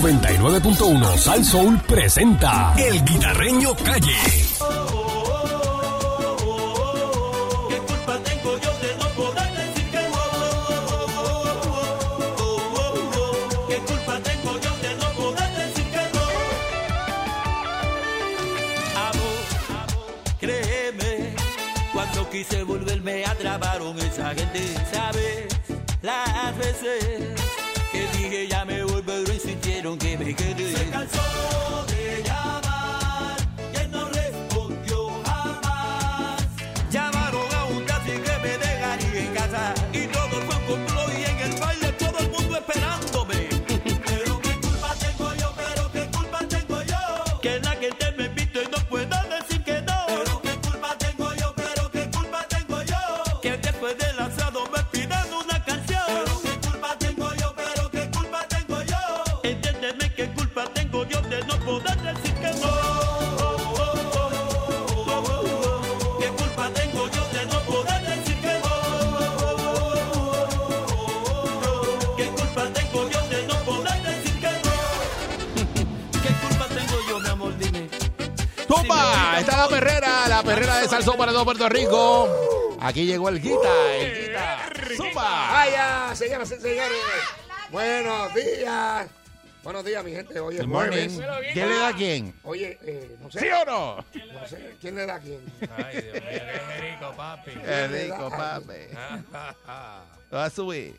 99.1 Sal Soul presenta El Guitarreño Calle. ¿Qué culpa tengo yo de no poder decir que no? ¿Qué culpa tengo yo de no poder decir que no? Amor, créeme, cuando quise volverme atraparon esa gente, ¿sabes? Las veces que dije ya me voy, pero insistieron que me quedé. Se cansó de llamar, que no respondió jamás. Llamaron a un taxi que me dejaría en casa Y todo fue un complot y en el baile todo el mundo esperándome Pero qué culpa tengo yo, pero qué culpa tengo yo Que la gente me invito y no puedo decir que no Pero qué culpa tengo yo, pero qué culpa tengo yo Que después del asado me pidan una canción Pero qué culpa tengo yo, pero qué culpa tengo yo Entiéndeme qué culpa tengo yo de no poder decir que no ¿Qué culpa tengo yo de no poder decir que no? ¿Qué culpa tengo yo de no poder decir que no? ¿Qué culpa tengo yo, mi amor? Dime. ¡Tumba! Está la perrera, la perrera de Salsón para todo Puerto Rico. Aquí llegó el guita, el guita. ¡Zumba! Vaya, señoras y señores. Buenos días. Buenos días, mi gente. Oye, Good morning. jueves. ¿Quién le da a quién? Oye, eh, no ¿Sí oh. sé, o no? no sé quién le da a quién. Qué rico, papi. Lo va a subir.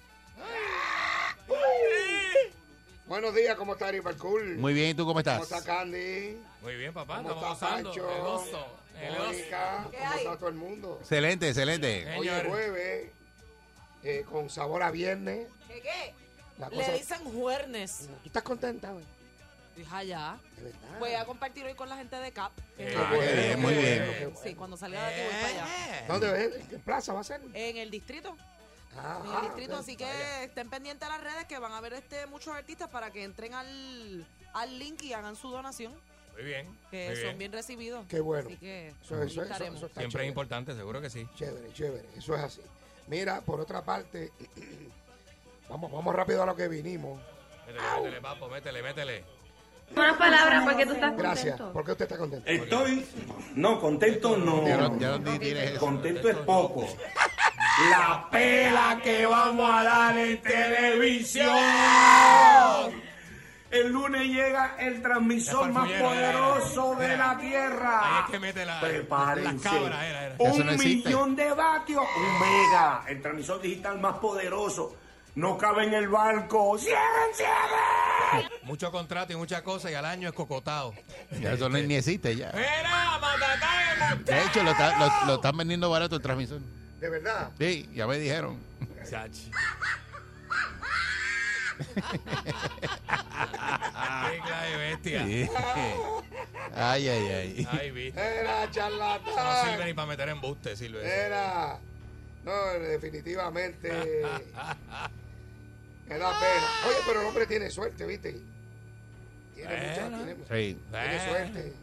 Buenos días, ¿cómo está Rivercool? Muy bien, ¿y tú cómo ¿Cómo estás? está Candy? Muy bien, papá, ¿Cómo estamos está gozando. Pancho? El oso. El oso. Mónica, ¿cómo está todo el mundo? Excelente, excelente. Hoy es Señor. jueves, eh, con sabor a viernes. ¿Qué qué? La cosa Le dicen juernes. ¿Tú estás contenta, güey? Dije ya. De verdad. Voy a compartir hoy con la gente de CAP. Ah. Este, Qué Ah, qué bien, muy qué bien. bueno, qué bueno. Sí, cuando salga de aquí voy Eh, para allá. ¿Dónde es? ¿En qué plaza va a ser? En el distrito. eh. Ah, Eh, en el distrito. ok. Así que estén pendientes a las redes que van a ver este, muchos artistas para que entren al, al link y hagan su donación. Muy bien. Que muy son bien, bien. recibidos. Qué bueno. Así que Eso, eso, eso, estaremos. eso está Siempre es chévere. importante, seguro que sí. Chévere, chévere, eso es así. Mira, por otra parte, vamos, vamos rápido a lo que vinimos. Métele, métele, papo, métele, métele. Unas palabras para que tú estás Gracias. contento. ¿Por qué usted está contento? Eh. Estoy, no, contento no. Ya no, ya no tienes eso. Contento es poco. La pela que vamos a dar en televisión. El lunes llega el transmisor La más farfullera, poderoso era, de era. la Ahí tierra. es que mete la, Prepárense. las cabras. Era, era. Eso Un no existe. millón de vatios. Un mega. El transmisor digital más poderoso. No cabe en el barco. ¡Cierren, cierren! Mucho contrato y muchas cosas y al año es cocotado. Ya eso no, ni existe ya. ¡Mira, matatá! De hecho, lo, está- lo- lo están vendiendo barato el transmisor. De verdad. Sí, ya me dijeron. Chachi. Qué clase de bestia. Ay, ay, ay. Ay, viste. Era No sirve charlatán. ni para meter embuste, Eh. sirve. Era. No, definitivamente. Me da pena. Oye, pero el hombre tiene suerte, ¿viste? Tiene mucha, Bueno. tiene, Sí. tiene Bueno. suerte.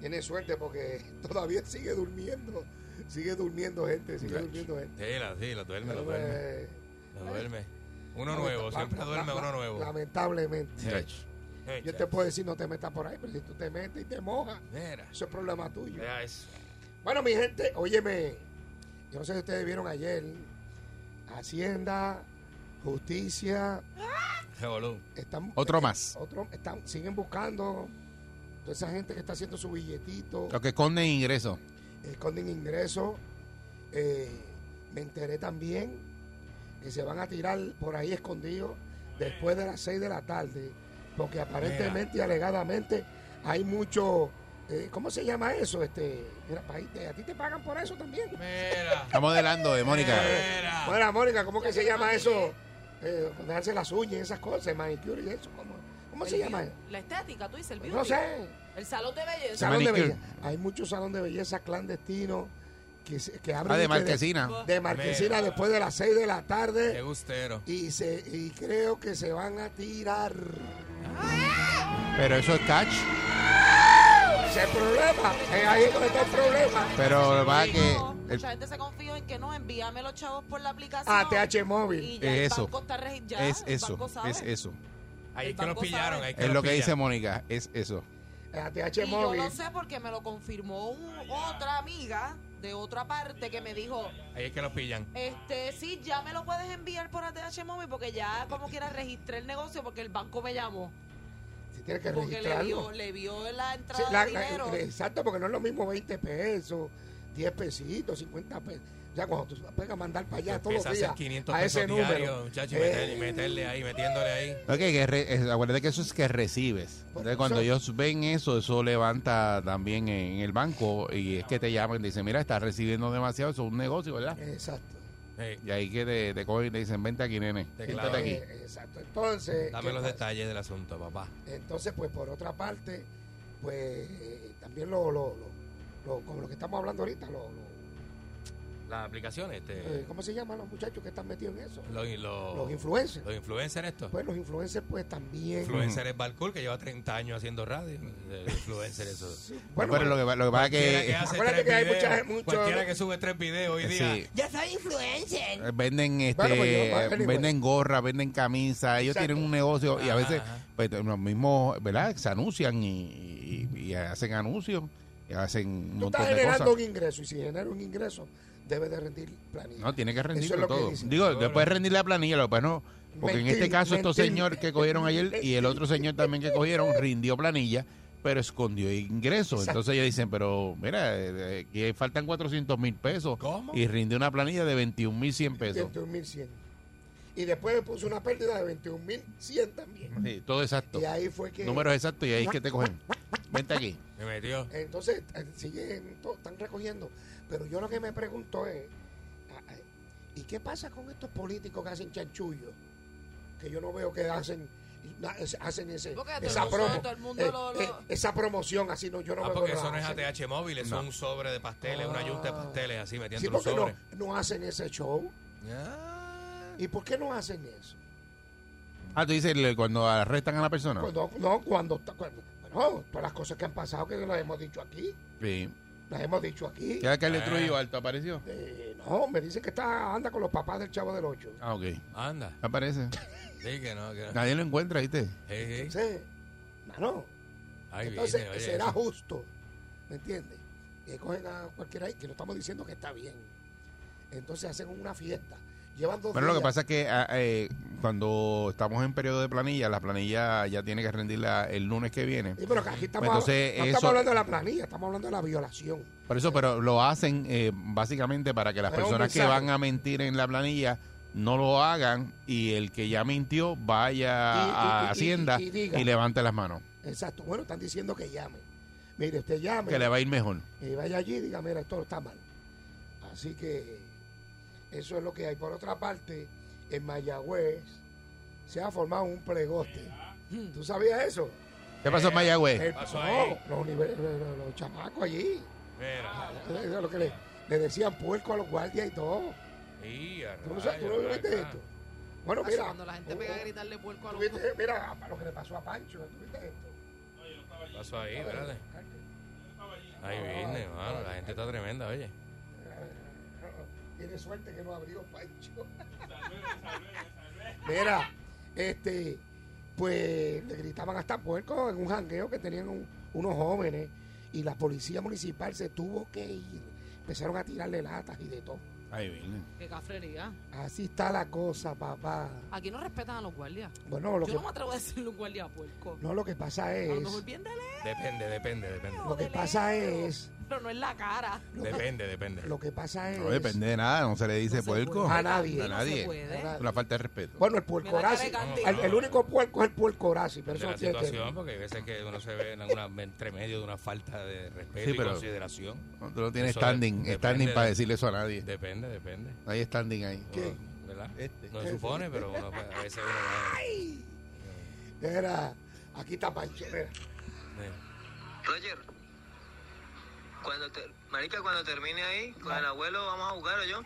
Tiene suerte porque todavía sigue durmiendo. Sigue durmiendo gente, sigue durmiendo gente. Sí, la, sí, la duerme, la duerme. Eh, No duerme. Uno nuevo, siempre duerme uno nuevo. Lamentablemente. Chacho. Yo te puedo decir no te metas por ahí, pero si tú te metes y te mojas, Mira, eso es problema tuyo. mira eso. Bueno, mi gente, óyeme, yo no sé si ustedes vieron ayer, Hacienda, Justicia, Revolú. están, Otro más. otro- están, siguen buscando toda esa gente que está haciendo su billetito, Lo que esconden ingresos. esconden ingresos. Eh, me enteré también que se van a tirar por ahí escondidos después de las 6 de la tarde, porque aparentemente y alegadamente hay mucho, eh, ¿cómo se llama eso? Este, mira, país, te- a ti te pagan por eso también. Mira. Estamos delando de Mónica. Mira. Bueno, Mónica, ¿cómo que se llama eso? Eh, dejarse las uñas y esas cosas, manicure y eso. ¿Cómo, cómo se el- llama? eso? La estética, tú dices, el beauty. No sé. El salón de belleza. Salón de manicure. belleza. Hay muchos salón de belleza clandestinos que, se- que abren Ah, de y que marquesina. de marquesina Mira. después de las 6 de la Qué tarde gustero. y se y creo que se van a tirar. Pero eso es catch. Ese es el problema. Es ahí donde está el problema. Pero lo que pasa es No, que el- mucha gente se confía en que no, envíame los Ah, chavos por la aplicación. ATH móvil. Y ya Es el eso. banco está regi- ya, es el eso, banco sabe. es eso. Ahí El es que los banco pillaron. sabe. ahí es Es lo los que dice pillaron. Mónica, es eso. La Y TH yo móvil. lo sé porque me lo confirmó un- otra amiga de otra parte que me dijo, Ahí es que los pillan. este, sí, ya me lo puedes enviar por ATH Móvil porque ya como quiera registré el negocio porque el banco me llamó. Si tienes que Porque le registrarlo. vio, le vio la Sí, entrada la- de la- eh, dinero. exacto, porque no es lo mismo 20 pesos, 10 pesitos, 50 pesos. Ya cuando tú pegas a mandar para allá todos los Empieza a hacer días 500 a pesos ese número. diarios, muchachos, y eh, meterle, y meterle ahí, metiéndole ahí. Ok, que re- es- acuérdate que eso es que recibes. Entonces, cuando ellos ven eso, eso levanta también en el banco y es que te llaman y te dicen, mira, estás recibiendo demasiado, eso es un negocio, ¿verdad? Eh, exacto. Hey, Y ahí que te, te cogen y te dicen, vente aquí, nene, Te siéntate clavan. aquí. Eh, exacto. Entonces, dame ¿qué los pasa? detalles del asunto, papá. Entonces, pues por otra parte, pues eh, también lo, lo, lo, lo- como lo que estamos hablando ahorita, lo, lo- Las aplicaciones, este, eh, ¿cómo se llaman los muchachos que están metidos en eso? los, los- Los influencers. los influencers estos. Pues los influencers pues también. Influencer es Balcool, que lleva 30 años haciendo radio. El influencer eso. Bueno, pero lo que, pa- lo que pasa es Cualquiera que que eh, hace acuérdate tres que hay videos, mucha- mucho- cualquiera que sube tres videos hoy día. Sí. Ya soy influencer. eh, venden este Bueno, pues, yo- bueno, anyway. venden gorra, venden camisa, ellos Exacto. tienen un negocio y a veces Ajá. pues, los mismos, ¿verdad? Se anuncian y, y- y hacen anuncios, y hacen un Tú montón estás de generando cosas. un ingreso y si genera un ingreso, debe de rendir planilla. No, tiene que rendir Eso es lo que todo. dicen. Digo, después rendir la planilla, lo que pasa no. Porque en Mentir, este caso, estos mentir. señores que cogieron ayer y el otro señor también que cogieron rindió planilla, pero escondió ingresos. Exacto. Entonces ellos dicen, pero mira, eh, eh, que faltan 400 mil pesos. ¿Cómo? Y rindió una planilla de 21 mil 100 pesos. 21.100. Y después me puso una pérdida de 21.100 también. Sí, todo exacto. Y ahí fue que... Números exactos y ahí es que te cogen. Vente aquí. Me metió. Entonces, eh, siguen, to- están recogiendo. Pero yo lo que me pregunto es, a- a- ¿y qué pasa con estos políticos que hacen chanchullo? Que yo no veo que hacen na- es- hacen ese, Porque a todo esa, el mundo- promo- todo el mundo eh, lo- lo- eh, esa promoción así no yo no Ah, veo porque que la eso no es hacen. ATH móvil, eso es un sobre de pasteles, una yunta de pasteles, así sí, metiendo un porque no, sobre. no hacen ese show Ah. y por qué no hacen eso Ah, tú dices le- cuando arrestan a la persona. cuando Pues no cuando, cuando- bueno, todas las cosas que han pasado que las hemos dicho aquí Sí. las hemos dicho aquí ¿Qué alcalde Trujillo Alto apareció? Eh, no me dicen que está anda con los papás del chavo del 8 Ah, ok. Anda, Aparece. sí que no, que no. Nadie lo encuentra, ¿viste? Sí, sí. Entonces, mano, Ahí entonces viene, oye, será eso. justo, ¿me entiendes? Que cogen a cualquiera ahí, que no estamos diciendo que está bien. Entonces hacen una fiesta. Llevan dos Bueno, lo que días. pasa es que ah, eh, cuando estamos en periodo de planilla, la planilla ya tiene que rendirla el lunes que viene. Sí, pero que aquí estamos, Entonces, eso- no estamos hablando de la planilla, estamos hablando de la violación. Por eso, pero lo hacen eh, básicamente para que las Pero es un personas que mensaje. van a mentir en la planilla no lo hagan y el que ya mintió vaya Y- y- y- a y- Hacienda y- y, y diga. levante las manos, Exacto. Bueno, están diciendo que llame. Mire, usted llame que le va a ir mejor. y vaya allí y diga, mira, esto está mal. Así que eso es lo que hay. Por otra parte, en Mayagüez se ha formado un pregote. ¿Tú sabías eso? ¿Qué Eh, pasó en Mayagüez? El- Eh, pasó no, ahí? los, nive- los- los- los chamacos allí. Mira. Eso es lo que le, le decían puerco a los guardias y todo. Y a ¿Tú no, sabes, tú no rayos, viste acá. esto? Bueno, Así, mira. Cuando la gente tú- pega a gritarle puerco a tú los viste- mira a- lo que le pasó a Pancho. ¿Tú viste esto? Pasó ahí, espérate. Carmen, Ahí viene, mano. La gente está tremenda, oye. Tiene suerte que no abrió Pancho. mira, este, pues le gritaban hasta puerco en un jangueo que tenían un- unos jóvenes y la policía municipal se tuvo que ir. Empezaron a tirarle latas y de todo. Ahí viene. Qué cafrería. Así está la cosa, papá. Aquí no respetan a los guardias. Bueno, lo que Yo no me atrevo a decirle un guardia puerco. no lo que pasa A lo es mejor bien de lejos, Depende, depende, depende. lo que de pasa lejos, es Pero no en la cara. Depende, depende. lo que pasa es No depende de nada, no se le dice No se puerco. puede. a nadie. A No nadie. se puede. A nadie. Una falta de respeto. Ah, Bueno, el Me da cara puercorazi. de Gandhi. El, el único puerco es el puercorazi, pero de eso la no tiene que ver. situación, porque hay veces que uno se ve en una, entre medio de una falta de respeto Sí, y pero- consideración. No, tú no tienes Eso standing, depende standing de- para decirle eso a nadie. Depende, depende. No hay standing ahí. ¿Qué? Uno, ¿Verdad? Este. No se supone, pero uno, pues, a veces uno... va- Era, aquí está Pancho, mira. eh, Roger, cuando te, marica, cuando termine ahí, con el abuelo vamos a jugar o yo.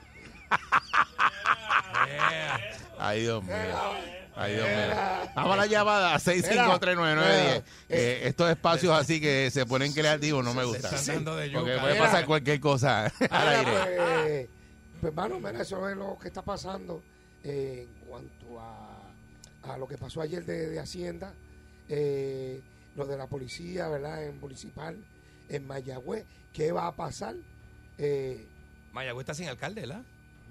yeah. Ay, Dios mío. Ay, Dios mío. Era. Vamos a la llamada Era. 6539910. Eh, estos espacios así que se ponen creativos no me gustan. están dando de Porque yuca. eh. puede Era. pasar cualquier cosa al Mira, aire. Pues, pues, hermano, mira, eso es lo que está pasando eh, en cuanto a a lo que pasó ayer de, de Hacienda, eh, lo de la policía, ¿verdad? En municipal, en Mayagüez, ¿qué va a pasar? Eh, Mayagüez está sin alcalde, ¿verdad?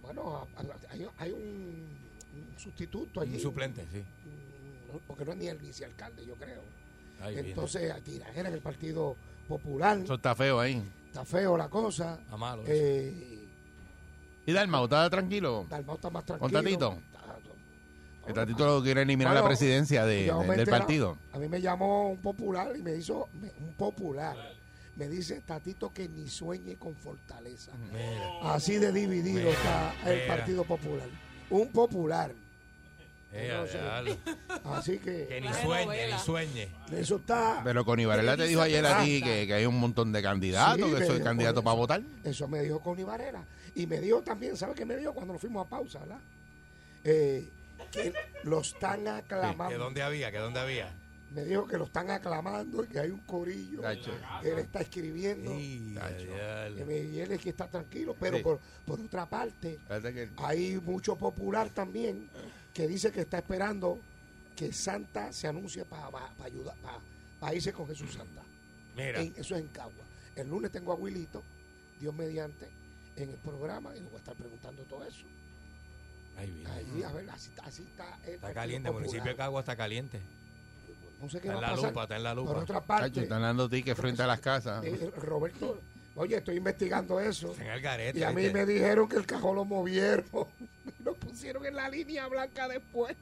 bueno, a- a- hay, hay un, un sustituto allí. Un suplente, sí. Mm, Porque no es ni el vicealcalde, yo creo. Ahí viene. Entonces, a tiradera en el Partido Popular. Eso está feo ahí. Está feo la cosa. Está malo eso. Eh, Y Dalmau, está tranquilo. Dalmau está más tranquilo. ¿Con Tatito? Está- El tatito lo quiere eliminar Bueno, la presidencia de- yo me de- del enteraba- partido. A mí me llamó un popular y me hizo me- un popular. Me dice Tatito que ni sueñe con fortaleza. Así de dividido Mira, está el mira. Partido Popular. Un popular. Eh, no sé. diablo. Así Que que ni Una sueñe, novela. ni sueñe. eso está. Pero con Ibarela te dijo ayer a ti que, que hay un montón de candidatos, Sí, que soy pero- candidato para votar. Eso me dijo Connie Varela. Y me dijo también, ¿sabe qué me dijo cuando nos fuimos a pausa, verdad? Eh, que lo están Que aclamando. dónde había, que dónde había. me dijo que lo están aclamando y que hay un corillo. Tacho. que Él está escribiendo. Y, Que me- y él es que está tranquilo. Pero Sí. por, por otra parte, Fíjate que- hay mucho popular también que dice que está esperando que Santa se anuncie para ayudar, para irse con Jesús Santa. Mira, En- eso es en Cagua. El lunes tengo a Wilito, Dios mediante, en el programa y le voy a estar preguntando todo eso. ahí viene. Ahí, a ver, así, así está el Está Partido caliente, el Popular. municipio de Cagua está caliente. No sé qué Está en va a la pasar. lupa, está en la Por lupa. otra Tacho, parte, están dando tickets frente a las casas. eh, Roberto, oye, estoy investigando eso. Está en el garete. Y a mí ¿viste? me dijeron que el cajón lo movieron. Y lo pusieron en la línea blanca después.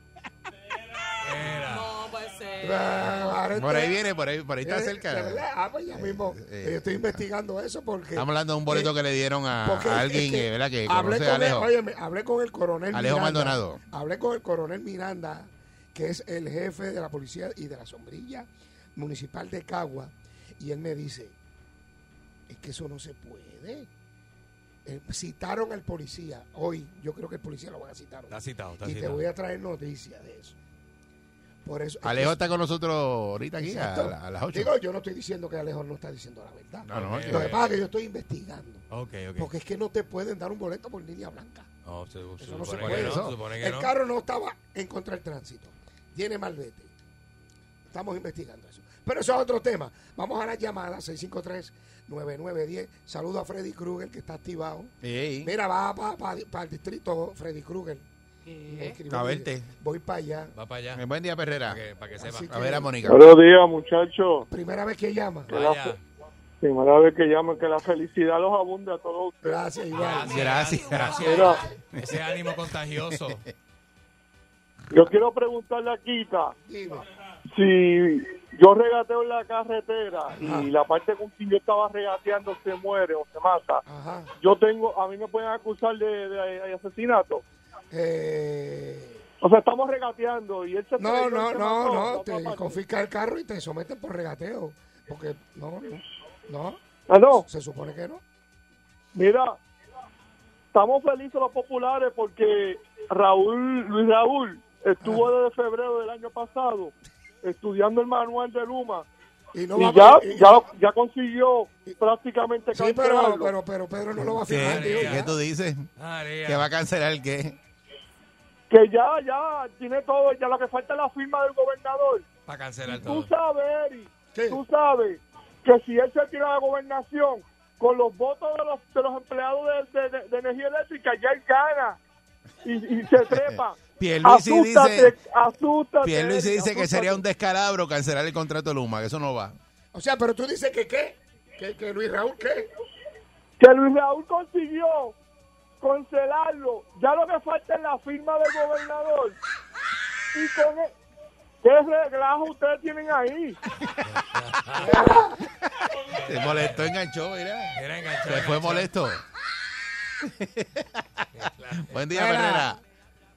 Mira. No, pues, eh, puede Eh, ser. Ahora Por ahí este- viene, por ahí, por ahí está eh, de verdad, cerca. ah, pues ya mismo. eh, eh, yo estoy investigando eso porque. Estamos hablando de un boleto eh, que le dieron a, Porque a es alguien, eh, ¿verdad? Que hablé, conoce a con el, Alejo. óyeme, hablé con el coronel Alejo Miranda, Maldonado. Hablé con el coronel Miranda, que es el jefe de la policía y de la sombrilla municipal de Cagua, y él me dice, es que eso no se puede. Eh, citaron al policía hoy, yo creo que el policía lo van a citar hoy. Está citado, está y te citado. voy a traer noticias de eso. Por eso. es que- Alejo está con nosotros ahorita aquí a, Exacto. la- a las 8. Digo, yo no estoy diciendo que Alejo no está diciendo la verdad. No, no, Lo que eh. pasa es que yo estoy investigando. Ok, ok. Porque es que no te pueden dar un boleto por línea blanca. No, se, se Eso no se supone puede. que no, Eso. se supone que El no. carro no estaba en contra del tránsito. Tiene malvete. Estamos investigando eso. Pero eso es otro tema. Vamos a la llamada 653-9910. Saludo a Freddy Krueger, que está activado. Ey, Mira, va para el distrito Freddy Krueger. Me escribió, A verte. Voy para allá. Va para allá. eh, Buen día, Perrera. Para que, para que sepa. Así A ver a Mónica. Buenos días, muchachos. Primera vez que llama. Vaya. Primera vez que llaman, que la felicidad los abunde a todos ustedes. Gracias, Iván. Gracias. Gracias. Ese ánimo contagioso. Yo quiero preguntarle a Quita Dime. si yo regateo en la carretera y la parte con quien yo estaba regateando se muere o se mata. Ajá. Yo tengo, a mí me pueden acusar de, de- de asesinato. Eh, O sea, estamos regateando y él se no, estrelló y no, se no, mató, no. la otra Te parte. confisca el carro y te someten por regateo. Porque no, no. No, Ah, no. se supone que no. Mira, estamos felices los populares porque Raúl, Luis Raúl, estuvo desde febrero del año pasado estudiando el manual de Luma Y no y va ya, a- y- ya, lo- ya consiguió prácticamente Sí, pero, cancelarlo. pero, pero Pedro no lo va a firmar. Sí, digo, sí, ¿Qué ya. tú dices? María. ¿Que va a cancelar qué? Que ya, ya tiene todo, ya lo que falta es la firma del gobernador. Para cancelar Tú todo. sabes, Eri, ¿Qué? tú sabes que si él se tira a la gobernación con los votos de los, de los empleados de, de- de- de energía eléctrica, ya él gana y, y se trepa. Pierluisi asústate, dice- asústate, Pierluisi Eri, dice que asústate. sería un descalabro cancelar el contrato de Luma, que eso no va. O sea, pero tú dices que qué. Que, que Luis Raúl qué. Que Luis Raúl consiguió cancelarlo. Ya lo que falta es la firma del gobernador. Y con el- ¿Qué relajo ustedes tienen ahí? Se molestó, enganchó, mira. Era enganchado. Se fue enganchado. molesto. Buen día, Perrera.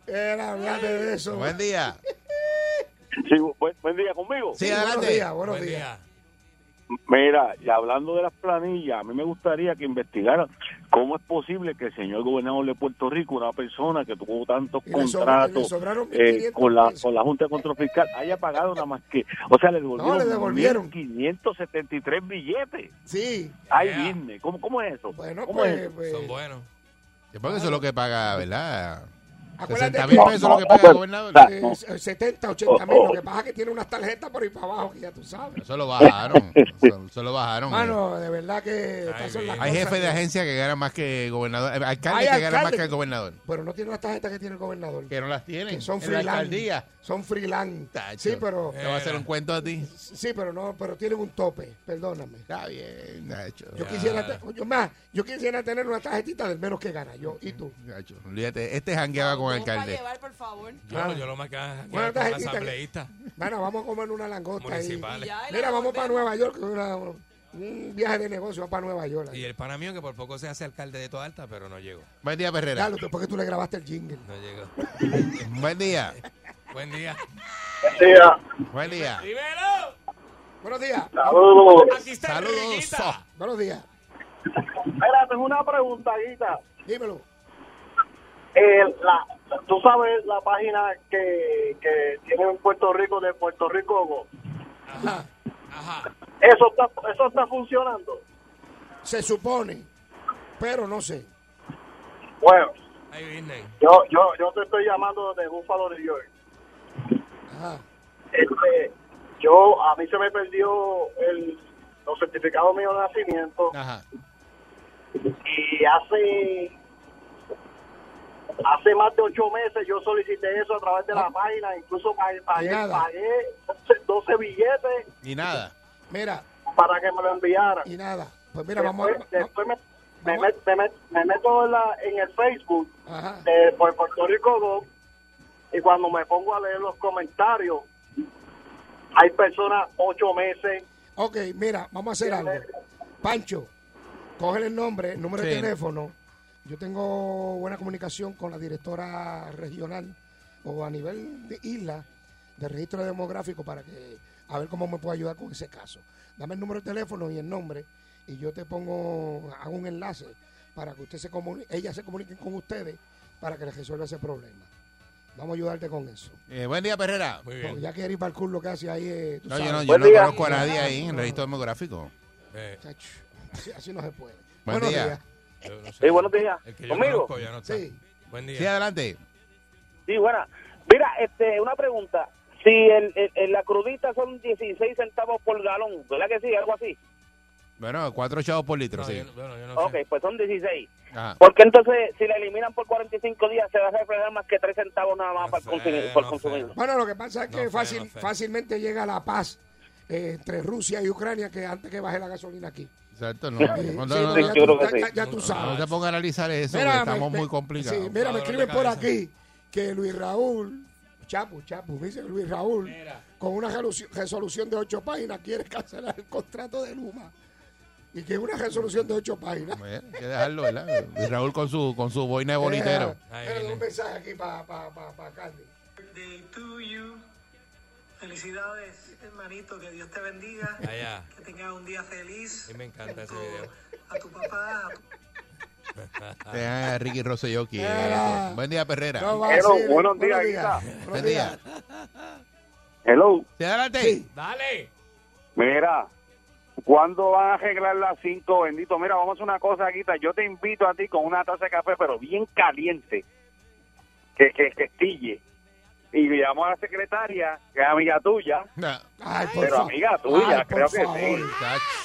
Era hablar de eso. Buen día. Sí, buen, día conmigo. Sí, buenos adelante. días, buenos Buen días. día. Mira, y hablando de las planillas, a mí me gustaría que investigaran cómo es posible que el señor gobernador de Puerto Rico, una persona que tuvo tantos Y le sobra- y le contratos sobraron eh, 1.500 con, la, pesos. con la Junta de Control Fiscal, haya pagado nada más que, o sea, le devolvieron, le devolvieron. 573 billetes. Sí. Ay, Yeah. Disney, ¿cómo, ¿cómo es eso? Bueno, ¿Cómo es pues. eso? pues, Son buenos. Porque eso es lo que paga, ¿verdad? Acuérdate 60 mil que- pesos lo que paga el gobernador. Eh, No. 70, 80 mil. Lo que pasa es que tiene unas tarjetas por ahí para abajo, que ya tú sabes. Eso lo bajaron. Eso- Eso lo bajaron. Mano, de verdad que estas son las Hay cosas jefes de que- agencia que ganan más que el gobernador. eh, Hay Alcaldes que ganan más alcaldes que el gobernador. Pero no tiene las tarjetas que tiene el gobernador. Que no las tienen. Que son En la freelance. alcaldía. Eh. Son freelance. Sí, pero. Te voy a hacer un cuento a ti. Sí, pero no, pero tienen un tope, perdóname. Está bien, Nacho. Yo Ya. quisiera, te- yo más, yo quisiera tener una tarjetita del menos que gana yo y tú. Nacho, olvídate. Este jangueaba con el alcalde. por favor. Ah. Yo, yo lo más que Una hago con tarjetita. asambleísta. Bueno, vamos a comer una langosta ahí. Municipales. Y ya, y la Mira, vamos para Nueva York, una- un viaje de negocio para Nueva York. Y el pana mío que por poco se hace alcalde de toda alta, pero no llegó. Buen día, Perrera. Carlos, ¿por qué tú le grabaste el jingle? No llegó. Buen día. Buen día. Buen día. Buen día. ¡Dímelo! Buenos días. Saludos. Aquí está Saludos. Buenos días. Mira, tengo una pregunta, Guita. Dímelo. Eh, la, Tú sabes la página que, que tiene en Puerto Rico de Puerto Rico. Go? Eso está, eso está funcionando. Se supone, pero no sé. Bueno, Ahí viene. yo, yo, yo te estoy llamando desde Buffalo, New York. Este, yo, a mí se me perdió el, los certificados míos de nacimiento. Ajá. y hace hace más de ocho meses yo solicité eso a través de la página incluso pa- pagué, Ah. nada. pagué 12 billetes Y nada. Mira, para que me lo enviaran y nada. Pues mira, vamos después, a. después me, me met- me met- me meto en, la- en el Facebook de por Puerto Rico Go, y cuando me pongo a leer los comentarios hay personas ocho meses Ok, mira, vamos a hacer algo. Pancho, coge el nombre, el número de Sí. teléfono. Yo tengo buena comunicación con la directora regional o a nivel de isla de registro demográfico para que a ver cómo me puedo ayudar con ese caso. Dame el número de teléfono y el nombre y yo te pongo, hago un enlace para que usted se comunique, ellas se comuniquen con ustedes para que les resuelva ese problema. Vamos a ayudarte con eso. Eh, buen día, Perrera. Porque ya que Eric Balcour lo que hace ahí es... tú No, sabes. yo no, yo no conozco a nadie ahí en el No, registro demográfico. Eh, Chacho, así, así no se puede. Buen Buenos día. días. sí buenos días El que yo conmigo conozco ya no está. Sí. Buen día. Sí, adelante. Sí, buena. Mira, este, una pregunta. Si en, en- en la crudita son 16 centavos por galón, ¿verdad que sí? Algo así. Bueno, cuatro chavos por litro, sí. ok, pues son 16. Ajá. Porque entonces, si la eliminan por 45 días, se va a reflejar más que 3 centavos nada más para el consumidor. por consumidor. Bueno, lo que pasa es que fácil, fácilmente llega la paz eh, entre Rusia y Ucrania que antes que baje la gasolina aquí. Exacto, no. Sí, no, sí, no, sí, no, ya no. tú- ya- ya- ya tú No, sabes. No te pongas a analizar eso, Mira, porque estamos me- muy me- complicados. sí, mira, me escriben por aquí que Luis Raúl, Chapu, Chapu, me dice Luis Raúl, con una resolu- resolución de ocho páginas quiere cancelar el contrato de Luma. Y que es una resolución de ocho páginas. Bueno, hay que dejarlo, ¿verdad? Y Raúl con su, con su boina de bolitero. Pero un mensaje aquí para pa, pa, pa Candy. Felicidades, hermanito, que Dios te bendiga. Allá. Que tengas un día feliz. Y me encanta ese video. A tu papá, a tu Deja Ah. a Ricky Rosselló aquí. eh, Era. Buen día, Perrera. No va a Pero, ser- buenos días, Buen día. Hello. Sí, adelante. Dale. Mira, ¿cuándo van a arreglar las 5, bendito? Mira, vamos a hacer una cosa, Guita. Yo te invito a ti con una taza de café, pero bien caliente. Que, que, que estille. Y llamamos a la secretaria, que es amiga tuya. Ay, por Pero favor. amiga tuya, Ay, creo por que sí. favor.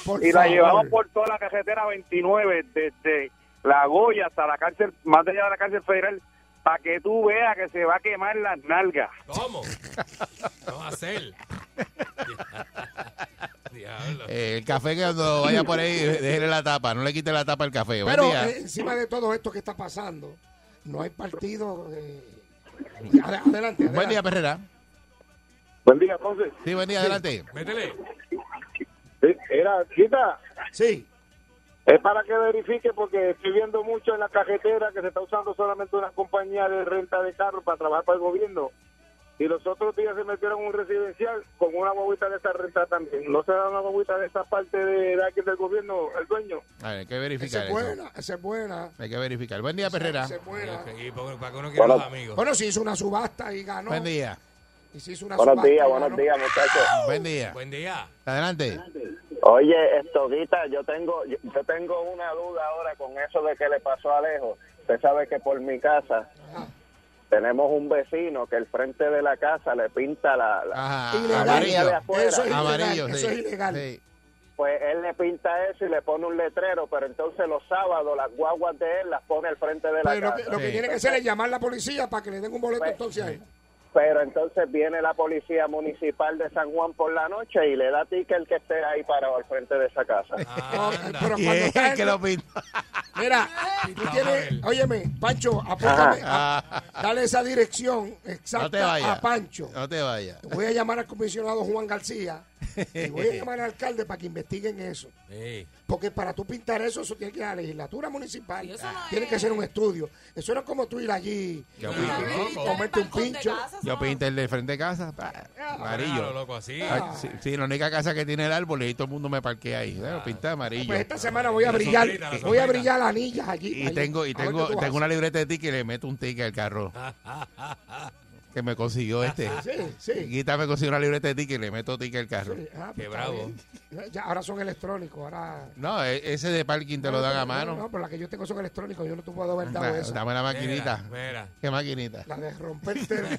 Por y la favor. llevamos por toda la carretera 29, desde La Goya hasta la cárcel, más allá de la cárcel federal, para que tú veas que se va a quemar las nalgas. ¿Cómo? No va a hacer. Diablo. Eh, el café que cuando vaya por ahí, déjele la tapa, no le quite la tapa al café. Buen Pero día. eh, encima de todo esto que está pasando, no hay partido. eh, ad- adelante, Buen adelante. día, Perrera. Buen día, entonces. Sí, buen día, adelante. Métele. Era, quita. Sí. Es para que verifique porque estoy viendo mucho en la carretera que se está usando solamente una compañía de renta de carro para trabajar para el gobierno. Y los otros días se metieron en un residencial con una guaguita de esa renta también. No se da una guaguita de esa parte de, de aquí del gobierno, el dueño. A ver, hay que verificar Esa es eso. buena, esa es buena. Hay que verificar. Buen día, Perrera. Esa es buena. Y por- para que uno quiera los amigos. Bueno, se hizo una subasta y ganó. Buen día. Y se hizo una Buenos subasta y días, buenos ganó. días, muchachos. Buen día. Buen día. Adelante. Oye, esto, Guita, yo tengo, yo, yo tengo una duda ahora con eso de que le pasó a Alejo. Usted sabe que por mi casa Tenemos un vecino que el frente de la casa le pinta la, la, Ajá, la línea de amarillo. afuera. Eso es ilegal, Amarillo, eso sí. es ilegal. Pues él le pinta eso y le pone un letrero, pero entonces los sábados las guaguas de él las pone al frente de la Pero lo casa. Pues, que, lo que tiene que hacer es llamar a la policía para que le den un boleto entonces a él. Pero entonces viene la policía municipal de San Juan por la noche y le da ticket el que esté ahí parado al frente de esa casa. Ah, Pero cuando está en- Mira, si tú tienes, óyeme, Pancho, apúntame, a- dale esa dirección Ah. No te exacta vayas. a Pancho. No te vayas. Voy a llamar al comisionado Juan García y voy a llamar al alcalde para que investiguen eso. Porque para tú pintar eso, eso tiene que ir a la legislatura municipal. tiene que ser un estudio. Eso no es como tú ir allí y, Yo y- y comerte un pincho. Yo pinté el de frente de casa, pa, amarillo. Claro, loco, así. Ah, sí, sí, la única casa que tiene el árbol y todo el mundo me parquea ahí. Bueno, pinté amarillo. Pues esta semana voy a brillar, voy a brillar anillas allí. Y allí. tengo, y A ver tengo, qué tú tengo una haces. libreta de ticket y le meto un ticket al carro que me consiguió este. Sí, sí. Guita me consiguió una libreta de ticket y le meto ticket al carro. Sí, ah, pues está bien. Ya, ahora son electrónicos, ahora... Ah, No, e- ese de parking te lo dan a No, mano. No, pero la que yo tengo son electrónicos, yo no te puedo haber dado Nah, esa. Dame la maquinita. mira. ¿Qué maquinita? La de romperte. el-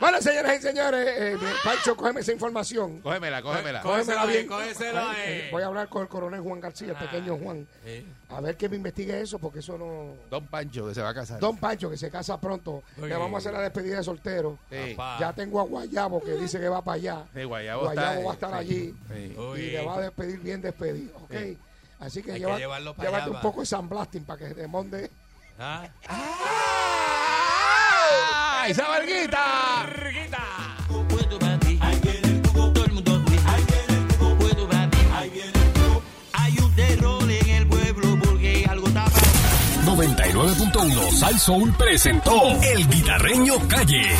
bueno, señoras y señores, eh, eh, Pancho, cógeme esa información. Cógemela, cógemela. Cógemela Cógesela bien. ahí, cógesela Ay, eh, ahí. Voy a hablar con el coronel Juan García, el pequeño Juan. Sí. A ver que me investigue eso, porque eso no... Don Pancho, que se va a casar. Don Pancho, que se casa pronto, Oye. le vamos a hacer la despedida de soltero. Sí. Papá. Ya tengo a Guayabo, que dice que va para allá. Sí, Guayabo está, va a estar sí. allí Sí. y Oye. le va a despedir bien despedido, ¿ok? Sí. Así que, Hay que lleva- llevarlo para llévate allá, un va. poco de San Blasting para que se desmonte. Ah. ¡Ay, ¡Ah! esa verguita! puedo batir. Ahí viene el cubo, todo el mundo ríe. Ahí viene el cubo, puedo batir. Ahí viene el cubo. Hay un terror en el pueblo porque algo está pasando. 99.1 Sal Soul presentó El Guitarreño Calle.